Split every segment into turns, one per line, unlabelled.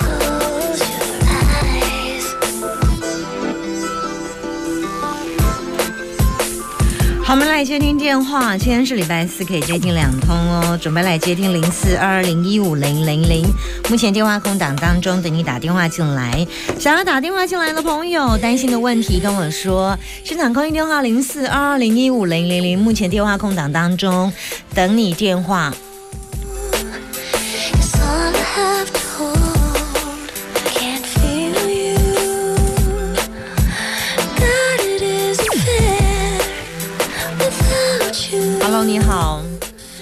Close your eyes.
好，我们来接听电话。今天是礼拜四，可以接听两通哦。准备来接听零四二二零一五零零零，目前电话空档当中，等你打电话进来。想要打电话进来的朋友，担心的问题跟我说。现场空运电话零四二二零一五零零零，目前电话空档当中，等你电话。
It's all I have to hold. I can't feel you. God, it isn't fair without you.
Hello，你好。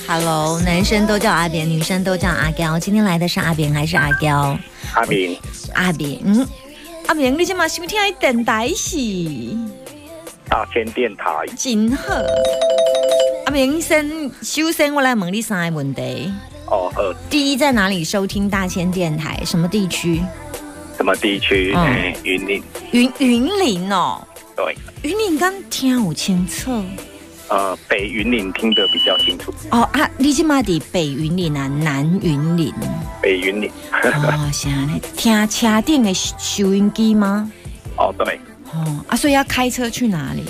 Hello，男生都叫阿扁，女生都叫阿娇。今天来的是阿扁还是阿娇？
阿明，
阿扁，嗯，阿扁，你今嘛收听的电台是
大千电台，
真好。阿扁先，首先我来问你三个问题。
哦，呃，
第一，在哪里收听大千电台？什么地区？
什么地区？
嗯
嗯，云林，
云云林哦，
对，
云林刚听有清楚。
呃，北云林听得比较清楚，
哦啊，你今嘛伫北云林啊，南云林。
北云林，
哦，是安尼，听车顶的收音机吗？
哦，对，
哦啊，所以要开车去哪里？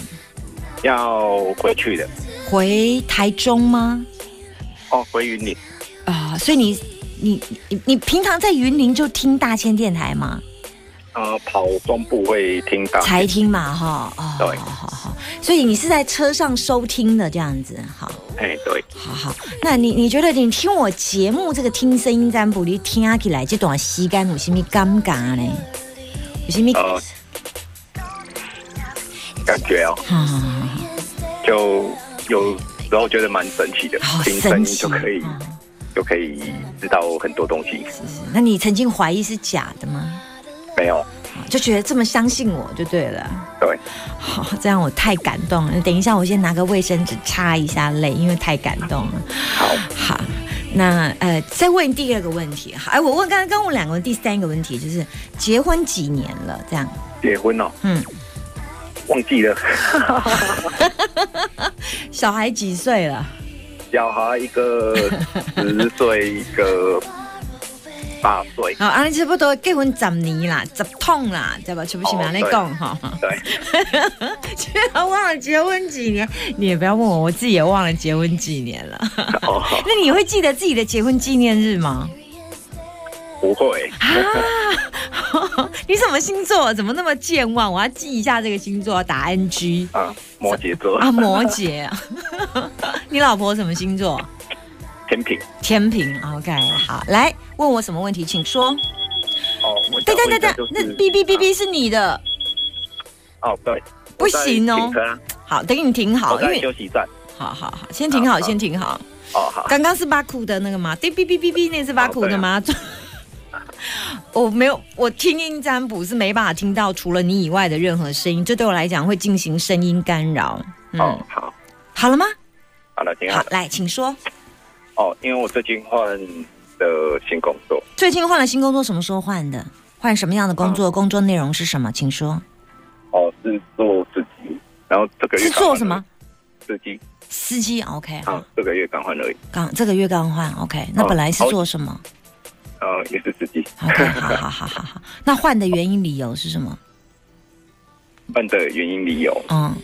要回去的，
回台中吗？
哦，回云林，
啊、所以你你你你平常在云林就听大千电台吗？
呃，跑中部会听到，
才听嘛哈，哦，
啊对
好好好，所以你是在车上收听的这样子，好，
哎，对，
好好。那你你觉得你听我节目这个听声音占卜，你听起来这段时间有什么感觉呢？有什么？
呃，感觉哦，
好好好好
就有时候觉得蛮神奇的
好，
听声
神
音
奇
就可以
哦
就可以知道很多东西，
是那你曾经怀疑是假的吗？
没有，
好就觉得这么相信我就对了。
对，
好，这样我太感动了。等一下，我先拿个卫生纸擦一下泪，因为太感动了。
好，
好，那呃，再问第二个问题。好，哎，我问刚刚刚我两个问第三个问题就是结婚几年了？这样，
结婚哦，
嗯，
忘记了，
小孩几岁了？
小孩一个十岁，一个八岁，
好，啊，你差不多结婚十年啦，十通啦，对吧？是不是嘛？
哦
你
对
讲 哈，
对。
居然忘了结婚几年，你也不要问我，我自己也忘了结婚几年了。
哦，
那你会记得自己的结婚纪念日吗？
不会，
啊，你什么星座？怎么那么健忘？我要记一下这个星座，打 NG
啊，摩羯座
啊，摩羯。 你老婆什么星座？
天平。
天平。OK，好，来问我什么问题，请说。
哦，我
等
想
等
问
等
一下
等
就，
那
是啊
哔哔哔哔是你的。
哦，对，
不行哦
我在停车啊，
好，等你停好，
我
因
在
为
休息站。
好好好，先停好，
好
先停好。
哦，好，
刚刚是巴库的那个吗？对，哔哔哔哔，那是巴库的
哦
吗？
啊
我没有，我听音占卜是没办法听到除了你以外的任何声音，这对我来讲会进行声音干扰。嗯
哦，，啊好，
好了吗？
好了，挺好
好，
的。
来，请说。
哦，因为我最近换的新工作，
最近换了新工作，什么时候换的？换什么样的工
嗯
作？工作内容是什么？请说。
哦，是做司机，然后这个月
是
刚
做
换
什么嗯
而？已？司机
司机，OK，好
啊，这个月刚换而已，
刚这个月刚换，OK。那
哦
本来是
好
做什么
呃，也是司机。
？OK，好好好好好。那换的原因理由是什么？
换的原因理由
嗯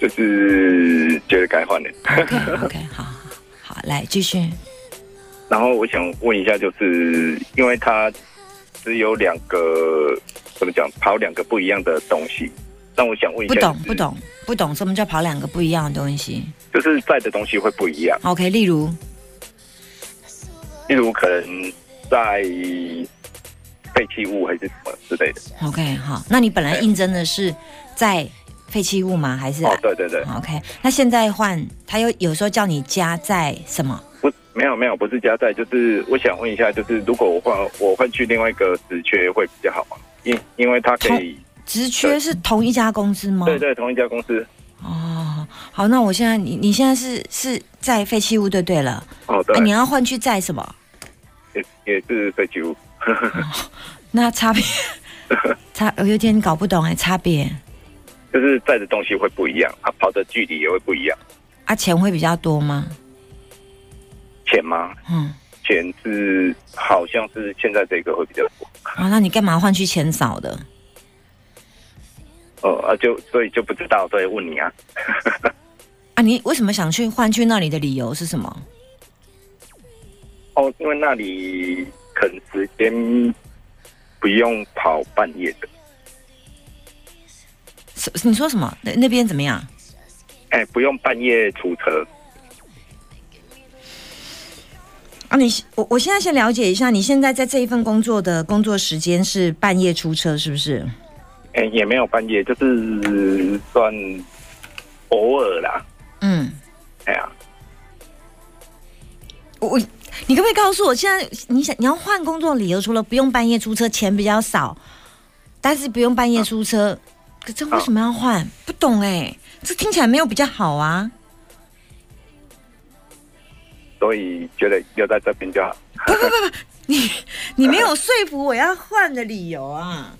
就是觉得该换了。
，OK OK，好好好，好来继续。
然后我想问一下，就是因为它只有两个，怎么讲，跑两个不一样的东西。那我想问一
不
下，
懂不，懂不懂什么叫跑两个不一样的东西
就是载的东西会不一样。
？OK，例如
例如，可能载废弃物还是什么之类的。
OK 好，那你本来应征的是在废弃物吗？还是
哦，对对对，
OK？那现在换他又有时候叫你加在什么？
不，没有没有，不是加载，就是我想问一下，就是如果我换我换去另外一个职缺会比较好吗？因因为它可以，
职缺是同一家公司吗？
对对，同一家公司。
哦，好，那我现在你你现在是是在废弃物就对了，
哦，对
那、，哎你要换去在什么？
也也是废弃物。
那差别。差我有点搞不懂哎，差别
就是载的东西会不一样，啊，跑的距离也会不一样。
啊，钱会比较多吗？
钱吗？
嗯，
钱是好像是现在这个会比较多，
啊，那你干嘛换去钱少的？
哦、啊就所以就不知道，所以问你啊，
啊，你为什么想去换去那里的理由是什么？
哦，因为那里可能时间不用跑半夜的，
是你说什么？那那边怎么样？
哎、不用半夜出车，
啊，你我我现在先了解一下，你现在在这一份工作的工作时间是半夜出车，是不是？
哎、也没有半夜，就是算偶尔啦，
嗯，
哎呀、
我我你可不可以告诉我，现在你想你要换工作理由，除了不用半夜出车，钱比较少，但是不用半夜出车，可这
啊
为什么要换？不懂哎、这听起来没有比较好啊。
所以觉得留在这边就好。
你没
啊
有说服我要换的理由啊！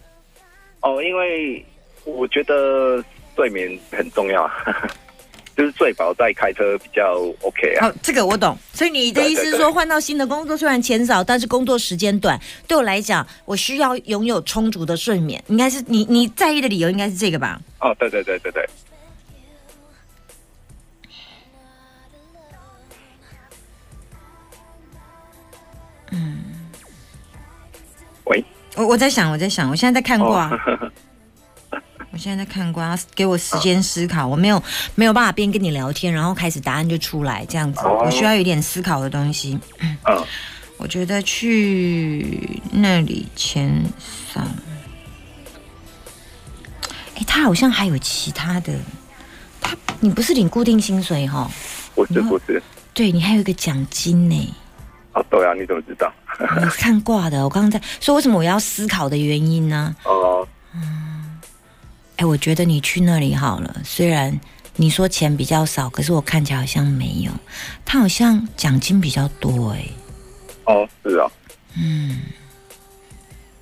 哦，因为我觉得睡眠很重要，啊 就是睡饱再开车比较 OK 啊。
好，哦这个我懂。所以你的意思是
对对
说，
对
换到新的工作，虽然钱少，但是工作时间短。对我来讲，我需要拥有充足的睡眠。应该是你你在意的理由应该是这个吧？
哦，对对对对对，嗯，喂，
我我在想，我在想，我现在在看过啊。
哦
我现在在看瓜，给我时间思考，我没有没有办法边跟你聊天，然后开始答案就出来这样子，
哦
我需要有点思考的东西。
嗯，
我觉得去那里前上，哎，他好像还有其他的，他你不是领固定薪水哈、哦？
不是不是，
对你还有一个奖金呢，
哦，对啊，你怎么知道？
我看挂的。我刚刚在说为什么我要思考的原因呢？
哦，
哎，我觉得你去那里好了，虽然你说钱比较少，可是我看起来好像没有，他好像奖金比较多哎，
哦，是哦，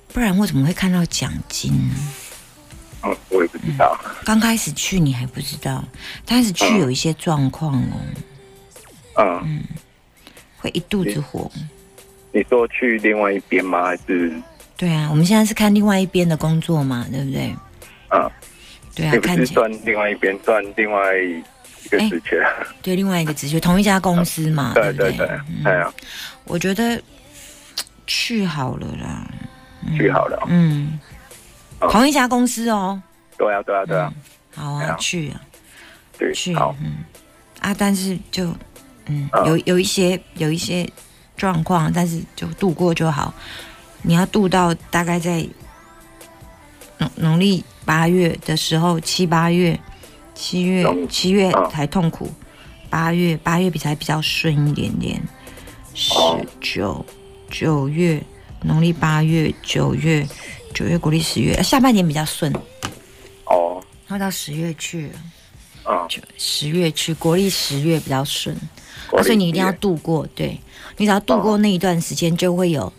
不然我怎么会看到奖金呢？
嗯，我也不知道，
刚开始去你还不知道，刚开始去有一些状况哦，
嗯，
会一肚子火。
你说去另外一边吗？还是
对啊，我们现在是看另外一边的工作嘛，对不对？
嗯，
对啊
你，不
看
是
起来
算另外一边，算另外一个职缺？
对另外一个职缺，同一家公司嘛，
对
不
对对，
嗯
哎呀，
我觉得去好了啦，
去好了，
嗯，
哦
同一家公司哦，
对啊对啊对啊，
好
哎
啊，
呀
去啊
对
去，，
好，
嗯啊，但是就嗯
嗯
有有一些有一些状况，但是就度过就好。你要度到大概在农农历八月的时候，七八月、七月、
农
七月
嗯
才痛苦，八月八月比才比较顺一点点，十
哦
九九月农历八月九月九月国历十月呃下半年比较顺，然
哦，
后到十月去了
嗯，
就十月去，国历十月比较顺，
国
啊
历
所以你一定要
十月
度过。对你只要度过那一段时间，就会有，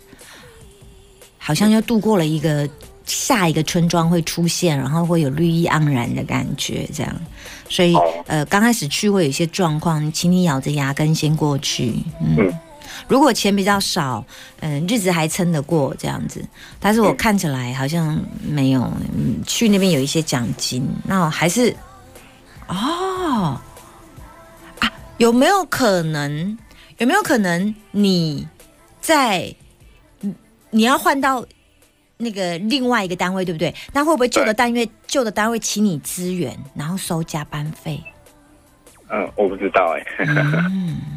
好像又度过了一个下一个村庄会出现，然后会有绿意盎然的感觉，这样。所以
哦
呃，刚开始去会有一些状况，请你咬着牙根先过去。嗯，
嗯
如果钱比较少，嗯、日子还撑得过这样子。但是我
嗯
看起来好像没有，嗯，去那边有一些奖金，那我还是，哦，啊，有没有可能？有没有可能你在嗯你要换到那个另外一个单位，对不对？那会不会旧的
对
单位旧的单位请你支援，然后收加班费？
嗯，我不知道哎，
嗯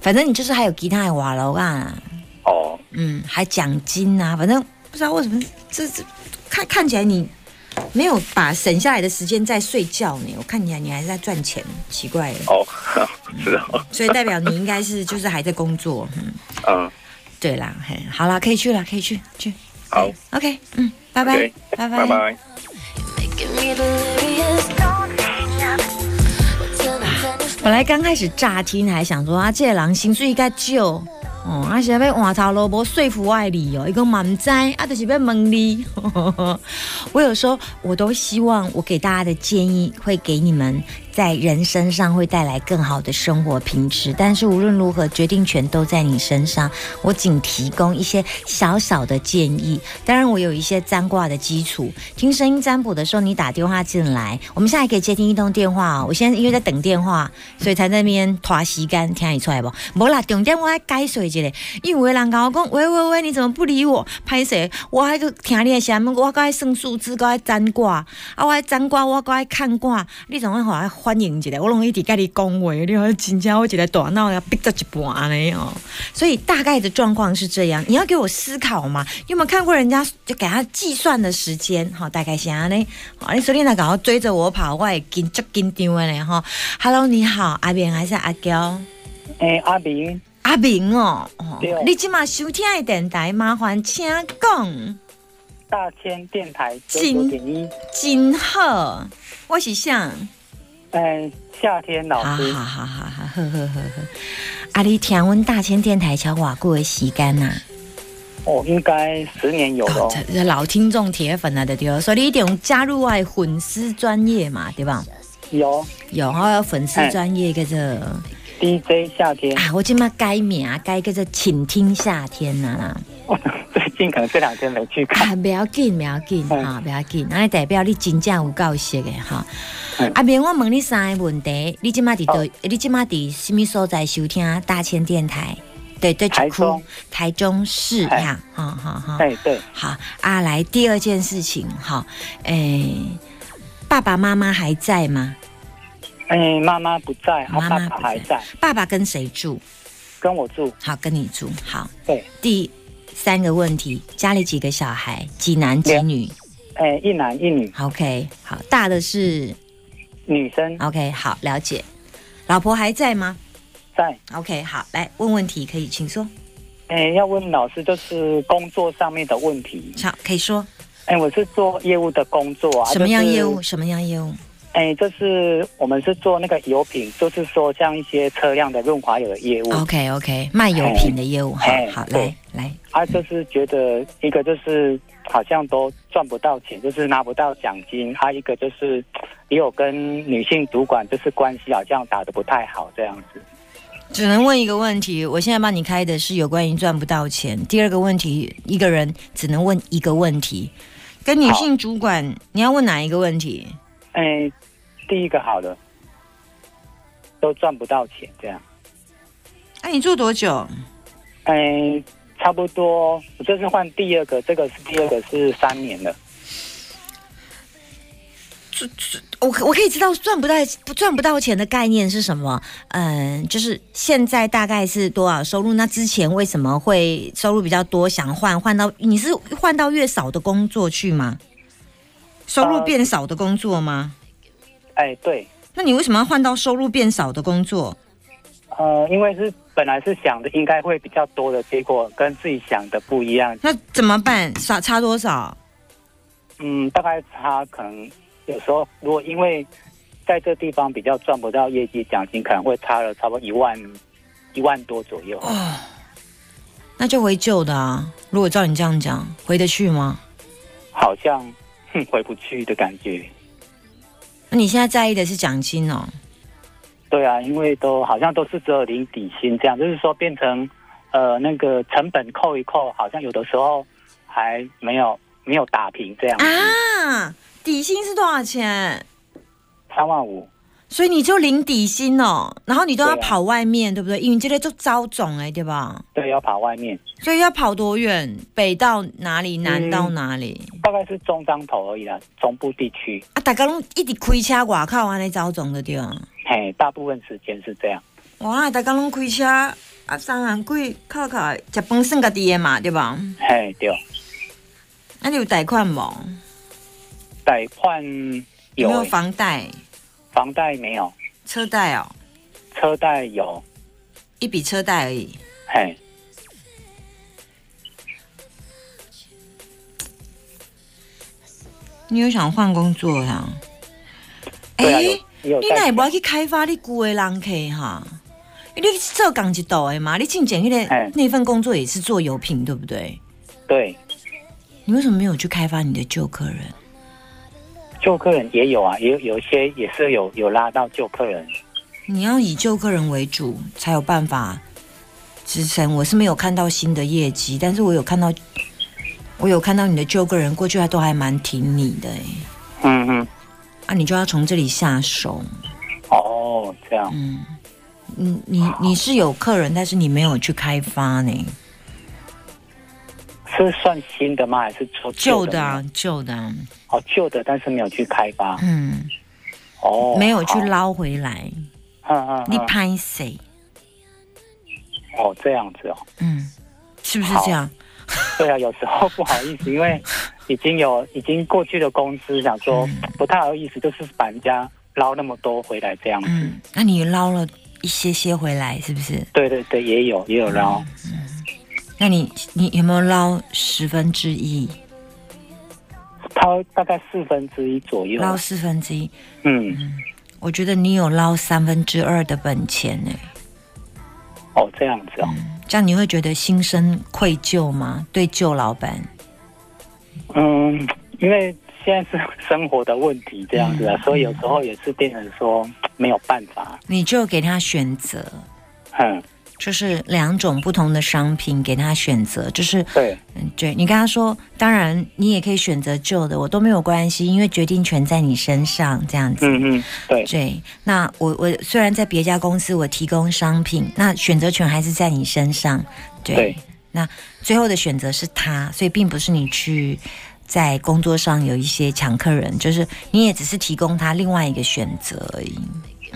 反正你就是还有吉他、瓦楼啊，
哦，
嗯，还奖金啊，反正不知道为什么这这看看起来你没有把省下来的时间在睡觉呢，我看起来你还是在赚钱，奇怪了，
哦， 是哦，
所以代表你应该是就是还在工作，嗯，
嗯，
对啦，嘿，好啦，可以去了，可以去去
好
，OK，嗯，拜拜
OK，
拜
拜拜。
Making me delirious. Don't hang up till the sun is
本来刚开始乍听还想说啊，这个狼心最该救，哦，啊是要换头路，无说服爱你哦，一个满知啊，就是要问你。 我有时候我都希望我给大家的建议会给你们在人身上会带来更好的生活品质，但是无论如何，决定权都在你身上。我仅提供一些小小的建议，当然我有一些占卦的基础。听声音占卜的时候，你打电话进来，我们现在可以接听一通电话哦。我现在因为在等电话，所以才在那边拖时间，听得出来不？无啦，重点我要解释一下，因为有的人跟我讲，喂喂喂，你怎么不理我？拍谁？我还个听你的声音，我还爱算数字，我还占卦，啊，我还占卦，我还爱看卦，你怎么好欢迎一下？我拢一直跟你讲话，你好像真正我一个大脑要逼到一半呢哦。所以大概的状况是这样，你要给我思考嘛？你有没有看过人家就给他计算的时间？哈、大概想呢？哦好，你昨天那搞追着我跑，我也紧足紧张的呢哈、Hello，你好，阿明还是阿娇？
诶、阿明，
阿明哦，哦
对哦
你即马收听的电台，麻烦请讲，
大千电台九九点一，
真好。我是想，
诶、夏天老
好好
师，
好好好，呵呵呵呵。啊，你听阮大千电台超偌久的时间啊呐、
哦，应该十年有了、
哦
哦，
这这老听众铁粉啊，对对了，所以你一定有加入我的粉丝专业嘛，对吧？
有
有，我有粉丝专业叫做、
哎 DJ 夏天，
啊，我今麦改名改叫做请听夏天呐、啊。
我最近可能这两天没去看，
啊，不要紧，不要紧，
嗯
哈，不要紧，那代表你真正有够熟的哈
嗯。
阿明，我问你三个问题，你即马
哦
伫倒？你即马伫什么所在收听大千电台？对对，
台中，
台中市
哎
呀，好好好，
哎、对，
好啊。来，第二件事情，哈，诶，爸爸妈妈还在吗？
诶、哎妈妈不在，啊，
妈
爸
妈
爸
不
还在，，
爸爸跟谁住？
跟我住，
好，跟你住。好，
对，
第三个问题，家里几个小孩？几男几
两
女
诶、哎一男一女，
？OK，好，大的是。
女生
OK，好，了解。老婆还在吗
在，
？OK，好，来问问题，可以，请说。
诶、要问老师就是工作上面的问题，
好，可以说
诶、我是做业务的工作啊，
什么样
就是
业务？？什么样业务？
诶、就是我们是做那个油品，就是说像一些车辆的润滑油的业务。
OK OK，卖油品的业务，好
哎
好来
对
来，
他就是觉得一个就是好像都赚不到钱，就是拿不到奖金；，还、有一个就是也有跟女性主管就是关系好像打得不太好这样子。
只能问一个问题。我现在帮你开的是有关于赚不到钱。第二个问题，一个人只能问一个问题。跟女性主管，你要问哪一个问题？
哎，第一个好了，都赚不到钱这样。
哎、你做多久？
哎，差不多，我这是换第二个，这个是第二个是三年了。
我可我可以知道赚不到不赚不到钱的概念是什么？嗯，就是现在大概是多少收入？那之前为什么会收入比较多？想换换到你是换到越少的工作去吗？呃收入变少的工作吗？
哎，对，
那你为什么要换到收入变少的工作？
呃，因为是本来是想的应该会比较多的，结果跟自己想的不一样。
那怎么办？差差多少？
嗯，大概他可能有时候，如果因为在这地方比较赚不到业绩奖金，可能会差了差不多一万一万多左右。
那就回旧的啊。如果照你这样讲，回得去吗？
好像哼回不去的感觉。
那你现在在意的是奖金哦。
对啊，因为都好像都是只有零底薪这样，就是说变成呃那个成本扣一扣，好像有的时候还没有没有打平这样子，
啊，底薪是多少钱？
三万五。
所以你就领底薪哦，然后你都要
对啊
跑外面，对不对？因为你这个就招总哎，对吧？
对，要跑外面，
所以要跑多远？北到哪里？南
嗯
到哪里？
大概是中彰头而已啦，中部地区，
啊，大家拢一直开车外口安尼招总的对啊。
嘿，大部分时间是这样。
哇，大家拢开车啊，三万几靠靠，食饭算家己的嘛，对吧？
嘿，对。哦
啊，你有贷款无？
贷款有,、
没有房贷、
房贷没有，
车贷哦？
车贷有，
一笔车贷而已。
嘿，
你有想换工作啦？
对啊，
诶
有也有
你哪
贷
会不要
款，
去开发你旧的人客哈？你做港一道的嘛，你进前那个
哎
那份工作也是做油品，对不对？
对，
你为什么没有去开发你的旧客人？
旧客人也有啊，也有有一些也是有有拉到旧客人。
你要以旧客人为主，才有办法支撑。我是没有看到新的业绩，但是我有看到，我有看到你的旧客人过去还都还蛮挺你的、欸，
嗯嗯，
啊，你就要从这里下手。
哦，这样，
嗯，你你是有客人，但是你没有去开发呢，
是算新的吗？还是旧
旧
的
的
呢
啊，旧的、啊，
哦，旧的，但是没有去开发。
嗯，
哦，
没有去
好。
捞回来，
嗯嗯，
你
嗯
拍谁？
哦，这样子哦。
嗯，是不是这样？
对啊，有时候不好意思，因 为已经有已经过去的公司，想说
嗯
不太好意思，就是把人家捞那么多回来这样。
嗯，那你捞了一些些回来，是不是？
对对对，也有也有
嗯
捞，
那你你有没有捞十分之一？
他大概四分之一左右。
捞四分之一，
嗯，
我觉得你有捞三分之二的本钱呢、
哦，这样子哦，
这样你会觉得心生愧疚吗？对旧老板，
嗯，因为现在是生活的问题这样子
嗯
啊，所以有时候也是变成说没有办法。
你就给他选择，
嗯，
就是两种不同的商品给他选择，就是
对，
嗯，对你跟他说，当然你也可以选择旧的，我都没有关系，因为决定权在你身上，这样子。
嗯嗯，对，
对，那我我虽然在别家公司我提供商品，那选择权还是在你身上。对，
对
那最后的选择是他，所以并不是你去在工作上有一些抢客人，就是你也只是提供他另外一个选择而已。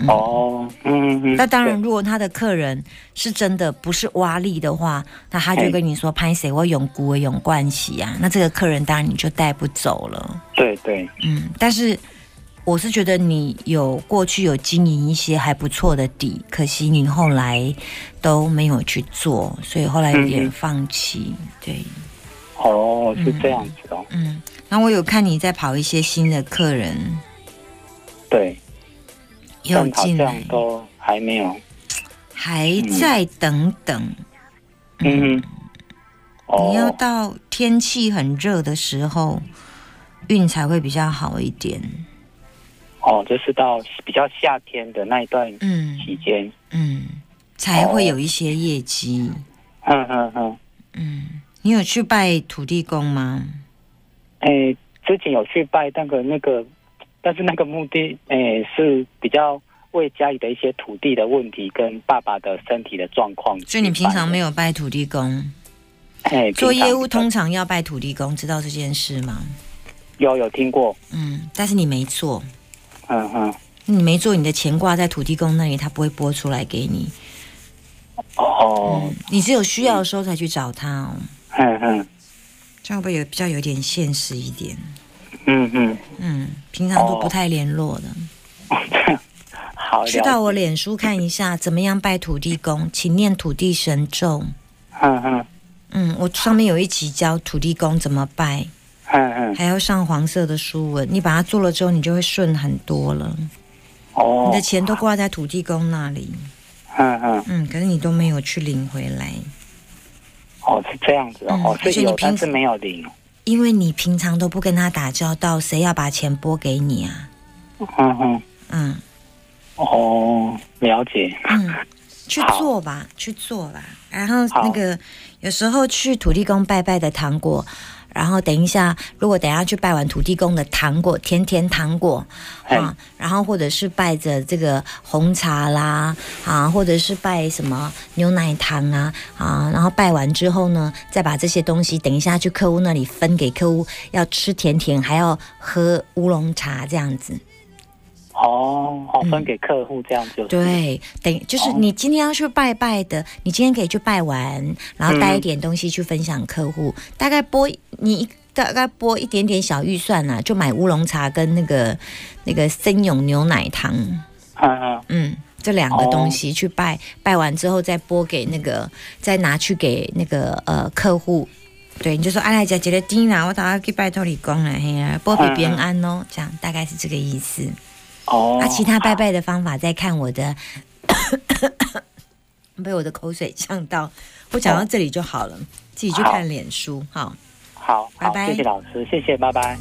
哦，嗯嗯，
那当然，如果他的客人是真的不是挖力的话，那他就
哎
跟你说拍谁我永固我永冠喜啊，那这个客人当然你就带不走了。
对对
嗯，但是我是觉得你有过去有经营一些还不错的底，可惜你后来都没有去做，所以后来有点
嗯
放弃。对，
对，哦，是这样子哦，
嗯，然后我有看你在跑一些新的客人，
对，
也有
但好
进来
像，都还没有。
还在等等。
嗯，哦
你要到天气很热的时候，运才会比较好一点。
哦，就是到比较夏天的那一段
嗯
期间，
嗯，才会
哦
有一些业绩。
哼哼哼，
嗯，你有去拜土地公吗？
哎、之前有去拜那个那个，但是那个目的，哎、是比较为家里的一些土地的问题跟爸爸的身体的状况。
所以你平常没
有、
有拜土地公，
哎，
做业务
平常
通常要拜土地公，知道这件事吗？
有有听过，
嗯，但是你没做，
嗯哼，
你没做，你的钱挂在土地公那里，他不会拨出来给你。
哦，
你只有需要的时候才去找他哦，
嗯哼，
这样会不会有比较有点现实一点？
嗯哼，
嗯，平常都
哦
不太联络的。
嗯 好，
去到
了
我脸书看一下，怎么样拜土地公，请念土地神咒。
解，嗯哼，
嗯，我上面有一集教土地公怎么拜，
嗯哼，
还要上黄色的书文，你把它做了之后，你就会顺很多了。你
哦
的，钱都挂在土地公那里，
嗯哼，
嗯，可是你都没有去领回来，
哦，是这样子哦，
嗯
哦
而
是
且你
有，
平
但
时
是没有哦零，
因为你平常都不跟他打交道，谁要把钱拨给你啊？
嗯哼。
嗯
哦，了解。
嗯，去
好
做吧，去做吧。然后
好
那个有时候去土地公拜拜的糖果，然后等一下，如果等一下去拜完土地公的糖果，甜甜糖果
嘿
啊，然后或者是拜着这个红茶啦啊，或者是拜什么牛奶糖啊啊，然后拜完之后呢，再把这些东西等一下去客户那里分给客户，要吃甜甜，还要喝乌龙茶这样子。
哦，哦，分给客户这样就是。
嗯对，等就是你今天要去拜拜的，你今天可以去拜完，然后带一
嗯
点东西去分享客户，大概拨你一大概拨一点点小预算啦、就买乌龙茶跟那个那个森永牛奶糖，
嗯嗯，
嗯，这两个东西去拜，拜完之后再拨给那个，再拿去给那个呃客户。对，你就说哎，来姐姐的丁啦，我打算去拜托你公了，嘿呀、拨给别人安哦，这样大概是这个意思。
哦，
啊，其他拜拜的方法再看我的 被我的口水呛到。我讲到这里就好了，自己去
好
看脸书。好，
好，好
拜拜
谢谢老师，谢谢，拜拜。